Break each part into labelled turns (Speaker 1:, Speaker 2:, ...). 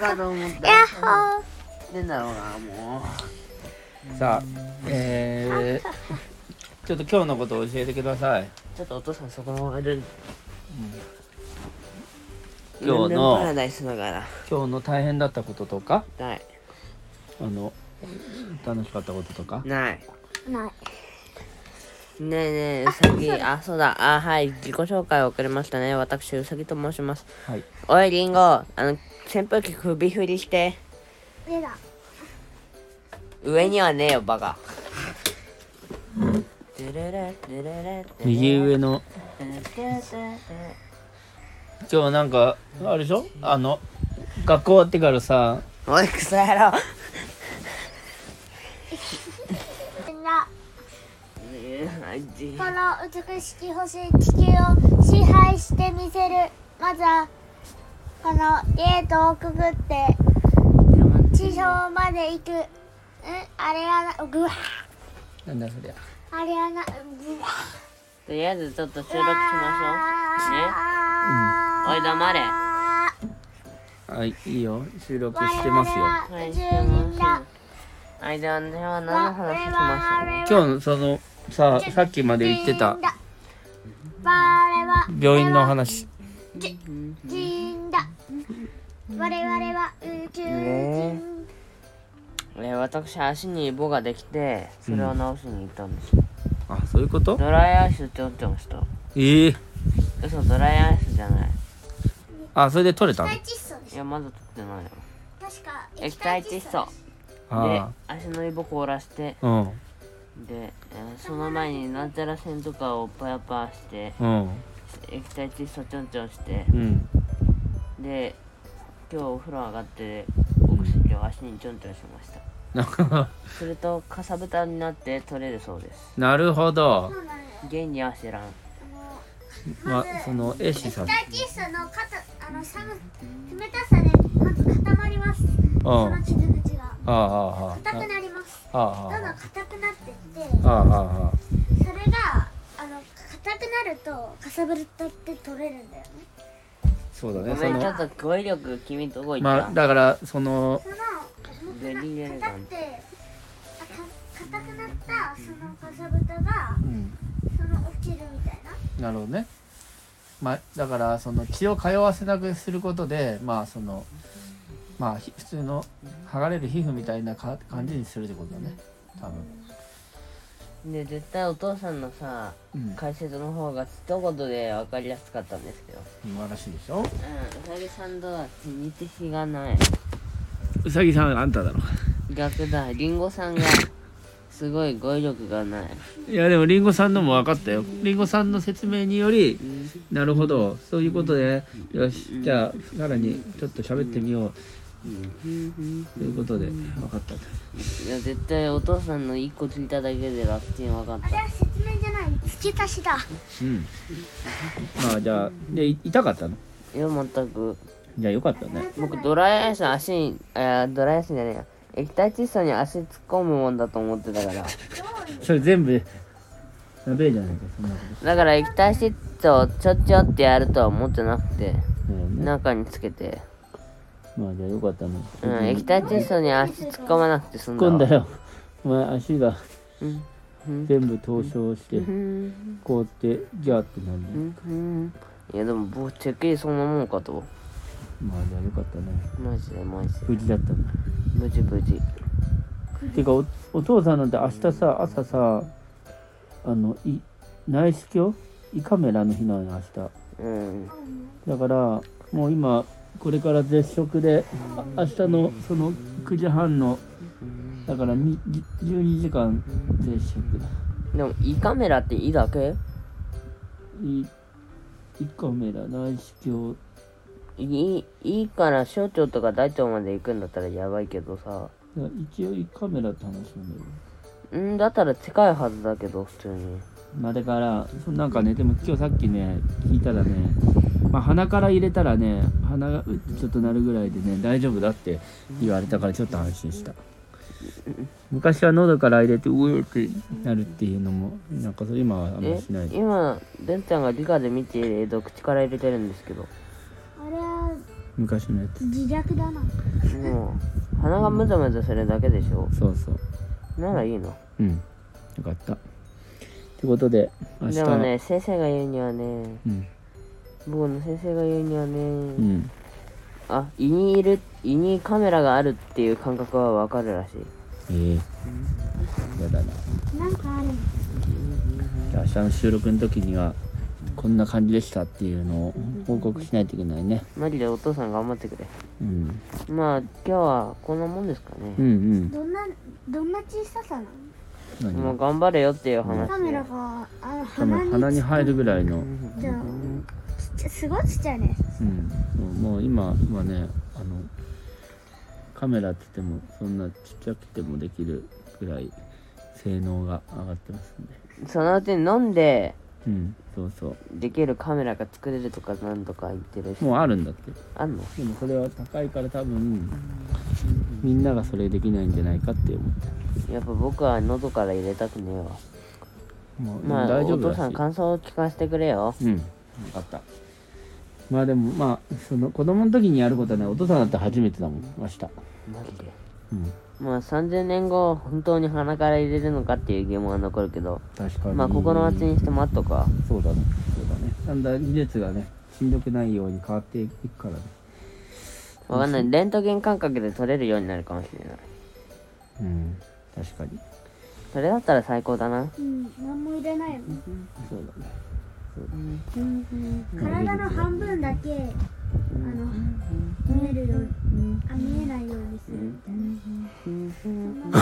Speaker 1: だろうもう
Speaker 2: やっほー
Speaker 1: 出んだろうなも
Speaker 3: さあえー、ちょっと今日のことを教えてくださいう
Speaker 1: ちょっとお父さんそこのいる
Speaker 3: 今日
Speaker 1: パラ
Speaker 3: の
Speaker 1: ダイスだから
Speaker 3: 今日の大変だったこととか
Speaker 1: ない
Speaker 3: あの楽しかったこととか
Speaker 1: ない
Speaker 2: ない
Speaker 1: ねえねえうさぎあそうだあはい自己紹介遅れましたね私うさぎと申します
Speaker 3: はい
Speaker 1: おいりんごあの扇風機首振りして
Speaker 2: 目だ
Speaker 1: 上にはねえよバカドゥルルドゥルルドゥルル
Speaker 3: 右上の
Speaker 1: ドゥルルドゥル
Speaker 3: 今日なんかあれでしょあの学校終わってからさ
Speaker 1: おいクソ野郎
Speaker 2: みんなこの美しき星地球を支配してみせるまずはこのゲートをくぐって地表まで行くうんあれはなぐわ
Speaker 3: なんだそりゃ
Speaker 2: あれはなぐわ
Speaker 1: とりあえずちょっと収録しましょ
Speaker 2: あ
Speaker 1: おい黙れ
Speaker 3: はいいいよ収録
Speaker 2: 我
Speaker 3: して
Speaker 2: 々
Speaker 3: ますよ
Speaker 2: は
Speaker 1: うはい
Speaker 2: 宇
Speaker 1: し
Speaker 2: 宙
Speaker 1: て
Speaker 2: 人だ
Speaker 1: ます間では
Speaker 2: 我
Speaker 1: 何の
Speaker 2: 々
Speaker 1: 話してます
Speaker 2: は
Speaker 3: 今日のそのささっきまで言ってた
Speaker 2: 人だ我々は
Speaker 3: 病院の話
Speaker 2: 人だ我々は宇宙人、
Speaker 1: ねえー私足にイボができてそれを治しに行ったんですよ、
Speaker 3: あそういうこと
Speaker 1: ドライアイスって言ってました
Speaker 3: ええー、
Speaker 1: 嘘ドライアイスじゃない
Speaker 3: あそれで取れたの
Speaker 2: 液体窒素で
Speaker 1: い
Speaker 2: しょ
Speaker 1: やまだ取ってないよ
Speaker 2: 確か
Speaker 1: 液体窒素で
Speaker 3: あ
Speaker 1: 足のイボ凍らして
Speaker 3: あうん
Speaker 1: で、えーその前になんちゃら線とかをパヤパヤして
Speaker 3: うん
Speaker 1: 液体窒素ちょんちょんして
Speaker 3: うん
Speaker 1: で今日お風呂上がってオクシジンを足にちょんちょんしました
Speaker 3: なんか
Speaker 1: するとかさぶたになって取れるそうです
Speaker 3: なるほど
Speaker 2: そうなのよ
Speaker 1: 現には知らん
Speaker 3: まその絵師
Speaker 2: 液
Speaker 3: さん
Speaker 2: 体窒素の肩あの寒冷たさでまず固まります
Speaker 3: あ
Speaker 2: そ
Speaker 3: あ
Speaker 2: の傷口が
Speaker 3: ああああ
Speaker 2: 硬くなります
Speaker 3: ああ
Speaker 2: どんどん
Speaker 3: あ
Speaker 2: 硬くなってっ
Speaker 3: ああああ
Speaker 2: てそれがあの硬くなるとかさぶたって取れるんだよね
Speaker 3: そうだ
Speaker 1: ご
Speaker 3: ねそ
Speaker 1: めんちょ
Speaker 3: の
Speaker 1: っと語彙力君どこ行った、
Speaker 3: まあだからその
Speaker 2: その
Speaker 1: ベリーエレガ
Speaker 2: 硬
Speaker 1: ン
Speaker 2: くてあか硬くなったそのかさぶたが
Speaker 3: うん
Speaker 2: その落ちるみたいな
Speaker 3: なるほどねまあだからその血を通わせなくすることでまあそのまあひ普通の剥がれる皮膚みたいなか感じにするってことだね多分
Speaker 1: で絶対お父さんのさ
Speaker 3: うん
Speaker 1: 解説の方が一言で分かりやすかったんですけど
Speaker 3: 素晴らしいでしょ
Speaker 1: うんうさぎさんとは似て非がないう
Speaker 3: さぎさんはあんただろ
Speaker 1: 逆だりんごさんがすごい語彙力がない
Speaker 3: いやでもりんごさんのも分かったよりんごさんの説明によりなるほどそういうことでよしじゃあさらにちょっと喋ってみよ
Speaker 1: うん
Speaker 3: うということで分かった
Speaker 1: いや絶対お父さんの一個聞いただけで楽ちん分かっ
Speaker 2: あれ
Speaker 1: た
Speaker 2: は説明じゃない付け足しだ
Speaker 3: うんまあじゃあでい痛かったの
Speaker 1: いや全く
Speaker 3: じゃあよかったね
Speaker 1: 僕ドライアイスの足にあドライアイスじゃねえや液体窒素に足突っ込むもんだと思ってたから
Speaker 3: それ全部やべえじゃないかそんなこ
Speaker 1: だから液体窒素をちょちょってやるとは思ってなくて
Speaker 3: とだよね
Speaker 1: 中につけて、
Speaker 3: まあじゃあよかったね
Speaker 1: うん、液体窒素に足突っ込まなくて済んだ
Speaker 3: 今
Speaker 1: わ
Speaker 3: 度よお前足が
Speaker 1: うんうん
Speaker 3: 全部凍傷して
Speaker 1: うん
Speaker 3: 凍ってギャーってなる
Speaker 1: う
Speaker 3: ね
Speaker 1: んうんいやでも僕てっきりそんなもんかと
Speaker 3: まあじゃあよかったね
Speaker 1: マジでマジで
Speaker 3: 無事だったんだ
Speaker 1: 無事無事
Speaker 3: てかおお父さんなんて明日さ朝さあのい内視鏡胃カメラの日なのよ明
Speaker 1: うん
Speaker 3: 日だからもう今これから絶食であ明日のその9時半のだからにじ12時間絶食だ
Speaker 1: でも胃カメラって胃だけ
Speaker 3: 胃胃カメラ内視鏡
Speaker 1: 胃胃から小腸とか大腸まで行くんだったらやばいけどさ
Speaker 3: だから一応胃カメラって話なんだよ
Speaker 1: うんだったら近いはずだけど普通に
Speaker 3: まあだからそなんかねでも今日さっきね聞いたらね、まあ、鼻から入れたらね鼻がうってちょっとなるぐらいでね大丈夫だって言われたからちょっと安心した昔は喉から入れてうえってなるっていうのもなんかそう今はあんま
Speaker 1: え
Speaker 3: しない
Speaker 1: 今ベンちゃんが理科で見ている絵を口から入れてるんですけど
Speaker 2: あれは
Speaker 3: 昔のやつ
Speaker 2: 自虐だな
Speaker 1: もう鼻がムズムズするだけでしょ
Speaker 3: そうそう
Speaker 1: ならいいの
Speaker 3: うんよかったってことで明日
Speaker 1: でもね先生が言うにはね
Speaker 3: うん
Speaker 1: 僕の先生が言うにはね、
Speaker 3: うん
Speaker 1: あ胃にいる胃にカメラがあるっていう感覚はわかるらしい
Speaker 3: ええやだな
Speaker 2: なんかある
Speaker 3: じゃあ明日の収録の時にはこんな感じでしたっていうのを報告しないといけないね
Speaker 1: マジでお父さん頑張ってくれ
Speaker 3: うん
Speaker 1: まあ今日はこんなもんですかね
Speaker 3: う、ん
Speaker 2: どんなどんな小ささなの
Speaker 3: うん
Speaker 1: もう
Speaker 3: 何
Speaker 1: 頑張れよっていう話
Speaker 2: カメラがあの
Speaker 3: 多
Speaker 2: 鼻
Speaker 3: 分
Speaker 2: に
Speaker 3: 鼻に入るぐらいの
Speaker 2: じゃあちっちゃすごいちっちゃいね
Speaker 3: うん、もう今はねあのカメラって言ってもそんなちっちゃくてもできるぐらい性能が上がってますんで
Speaker 1: そのうち飲んで
Speaker 3: うんそうそ
Speaker 1: できるカメラが作れるとかなんとか言ってるし
Speaker 3: うもうあるんだって
Speaker 1: あんの
Speaker 3: でもそれは高いから多分みんながそれできないんじゃないかって思って
Speaker 1: やっぱ僕は喉から入れたくねえわ
Speaker 3: もうでも
Speaker 1: まあ
Speaker 3: 大丈
Speaker 1: お父
Speaker 3: 夫らしい
Speaker 1: さん感想を聞かせてくれよ
Speaker 3: うん分かったまあでもまあその子供の時にやることはねお父さんだって初めてだもん明日
Speaker 1: マジで
Speaker 3: うん
Speaker 1: まあ30年後本当に鼻から入れるのかっていう疑問は残るけど
Speaker 3: 確かに
Speaker 1: まあ心待ちにして待っとくわ
Speaker 3: そうだね。そうだね。だんだん技術がね、しんどくないように変わっていくからね。
Speaker 1: わかんないレントゲン感覚で撮れるようになるかもしれない
Speaker 3: うん。確かに。
Speaker 1: それだったら最高だな
Speaker 2: うん何も入れないよね
Speaker 3: そうだね。
Speaker 2: 体の半分だけあの見えるようにあ見えないようにする みたいなそんなの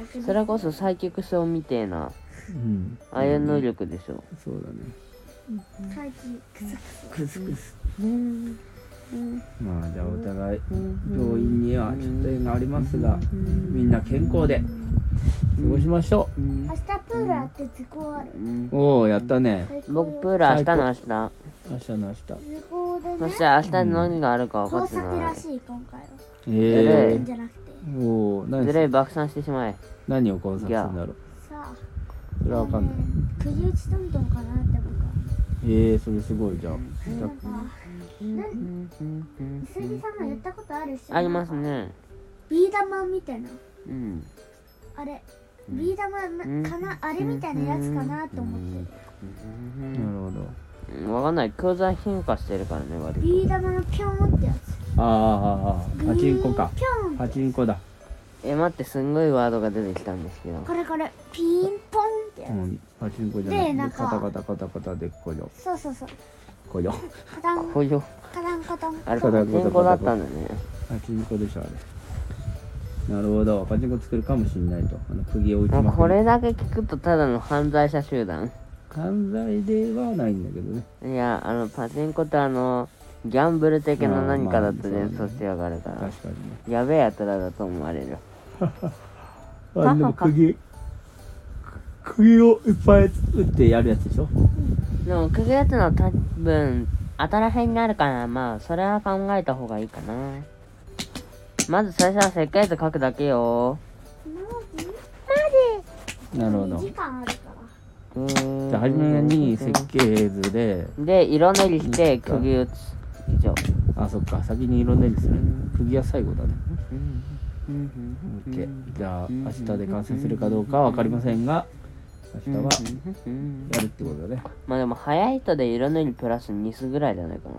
Speaker 2: 逆に
Speaker 1: それこそサイキックソーみてえな
Speaker 3: うん。
Speaker 1: ああいう能力でしょ
Speaker 3: そうだね。
Speaker 2: さっきくす
Speaker 3: くすくす。まあじゃあお互い病院にはちょっと縁がありますが、みんな健康で過ごしましょ
Speaker 2: 明日プールあって図工ある
Speaker 3: う。おおやったね。
Speaker 1: 僕プール明日の明日
Speaker 3: 明日の明
Speaker 2: 図工で
Speaker 1: そ
Speaker 2: ね
Speaker 1: して明日何があるか分か
Speaker 2: 工
Speaker 1: って
Speaker 2: 作
Speaker 1: な
Speaker 2: ら
Speaker 1: い
Speaker 2: しい今回は
Speaker 3: 日。え
Speaker 2: いい
Speaker 3: え
Speaker 2: んじゃなくて
Speaker 3: おお
Speaker 1: ず
Speaker 3: 何
Speaker 1: れ爆散してしまえ
Speaker 3: 何を考察するんだろう。
Speaker 2: さあ
Speaker 3: それはわかんない。
Speaker 2: い釘打ちトントンかなって思うから
Speaker 3: ええそれすごいじゃん。
Speaker 2: なんか、なん、鈴木さんがやったことあるっしょ
Speaker 1: あります。ね
Speaker 2: ビー玉みたいな、
Speaker 1: うん
Speaker 2: あれ、ビー玉なかな、あれみたいなやつかなと思って。
Speaker 3: なるほど。
Speaker 1: 分かんない教材変化してるからね割
Speaker 2: ビー
Speaker 1: と
Speaker 2: 玉のピョンってやつ。
Speaker 3: ああああああパチンコか
Speaker 2: ピ。ョン。
Speaker 3: パチンコだ。
Speaker 1: え待ってすんごいワードが出てきたんですけど
Speaker 2: これこれ、ピンポンってやつ。
Speaker 3: うん、パチンコじゃ
Speaker 2: でな
Speaker 3: なんくて
Speaker 2: か
Speaker 3: カタカタカタカタでこよ
Speaker 2: そうそうそう。
Speaker 3: こよ
Speaker 2: カタン、
Speaker 1: こういう
Speaker 2: カタンカタン。
Speaker 1: あれ
Speaker 3: そうだ
Speaker 1: 健康だったんだね
Speaker 3: パチンコでしょあれなるほどパチンコ作るかもしれないとあの釘を打ち
Speaker 1: もう
Speaker 3: まくる
Speaker 1: これだけ聞くとただの犯罪者集団
Speaker 3: 犯罪ではないんだけどね
Speaker 1: いやあのパチンコってあのギャンブル的な何かだと連
Speaker 3: まあま
Speaker 1: 想
Speaker 3: あ
Speaker 1: してやがるから、
Speaker 3: 確かにね
Speaker 1: やべえやつらだと思われる
Speaker 3: あでも釘釘をいっぱい打ってやるやつでしょ
Speaker 1: でも釘打つの多分当たらへんになるからまあそれは考えた方がいいかなまず最初は設計図書くだけよ
Speaker 3: なるほ
Speaker 2: マジ
Speaker 3: ど
Speaker 2: 時間あるから。
Speaker 1: じ
Speaker 3: じゃあ初めに設計図で
Speaker 1: で色練りして釘打つ以上
Speaker 3: あそっか先に色練りする釘は最後だねオッケーじゃあ明日で完成するかどうかは分かりませんが明日はやるってことだね
Speaker 1: まあでも早い人で色塗りプラスニスぐらいじゃないかな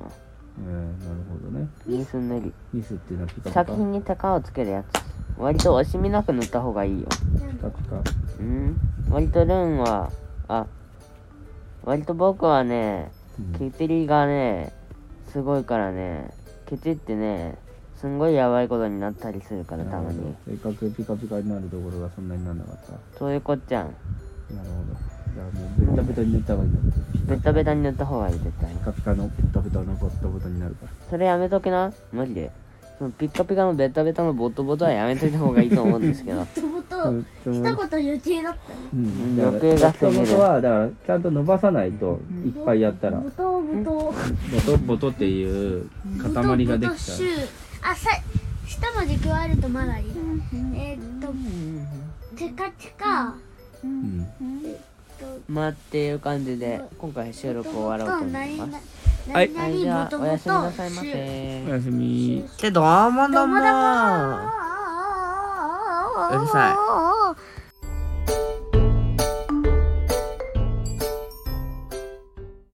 Speaker 3: うんなるほどね
Speaker 1: ニス塗り
Speaker 3: ニスっていうのはピカピカ
Speaker 1: 作品に高をつけるやつ割と惜しみなく塗った方がいいよ
Speaker 3: ピカピカ
Speaker 1: うん割とルーンはあ割と僕はね
Speaker 3: うん
Speaker 1: ケテリがねすごいからねケチってねすんごいやばいことになったりするからた
Speaker 3: な
Speaker 1: ま
Speaker 3: るほ
Speaker 1: に
Speaker 3: どせっかくピカピカになるところがそんなになんなかった
Speaker 1: そういうこっちゃん
Speaker 3: なるほどじゃあもうベタベタに塗った方がいいんだ
Speaker 1: ベタベタに塗った方がいい絶対
Speaker 3: ピカピカのベタベタのボッタボタになるから
Speaker 1: それやめときなマジでそのピッカピカのベタベタのボトボトはやめといた方がいいと思うんですけど
Speaker 2: とぼと、
Speaker 3: うん
Speaker 2: 一言余計だったね。
Speaker 3: うん
Speaker 1: 余計が過ぎる
Speaker 3: 元々はだからちゃんと伸ばさないといっぱいやったら
Speaker 2: ぼとぼと。
Speaker 3: ボトボトっていう塊ができちゃう
Speaker 2: あさ一文字加えるとまだいいえーっとテカテカ
Speaker 3: うん
Speaker 1: まあっていう感じで今回収録を終わろうと思います
Speaker 3: はい
Speaker 1: はい、じゃあ、おやすみなさいま
Speaker 2: し
Speaker 3: お
Speaker 1: せ。
Speaker 3: やすみ
Speaker 1: けど、どうもどう
Speaker 2: どうもどうも
Speaker 1: も。
Speaker 2: う
Speaker 1: うるさい
Speaker 2: い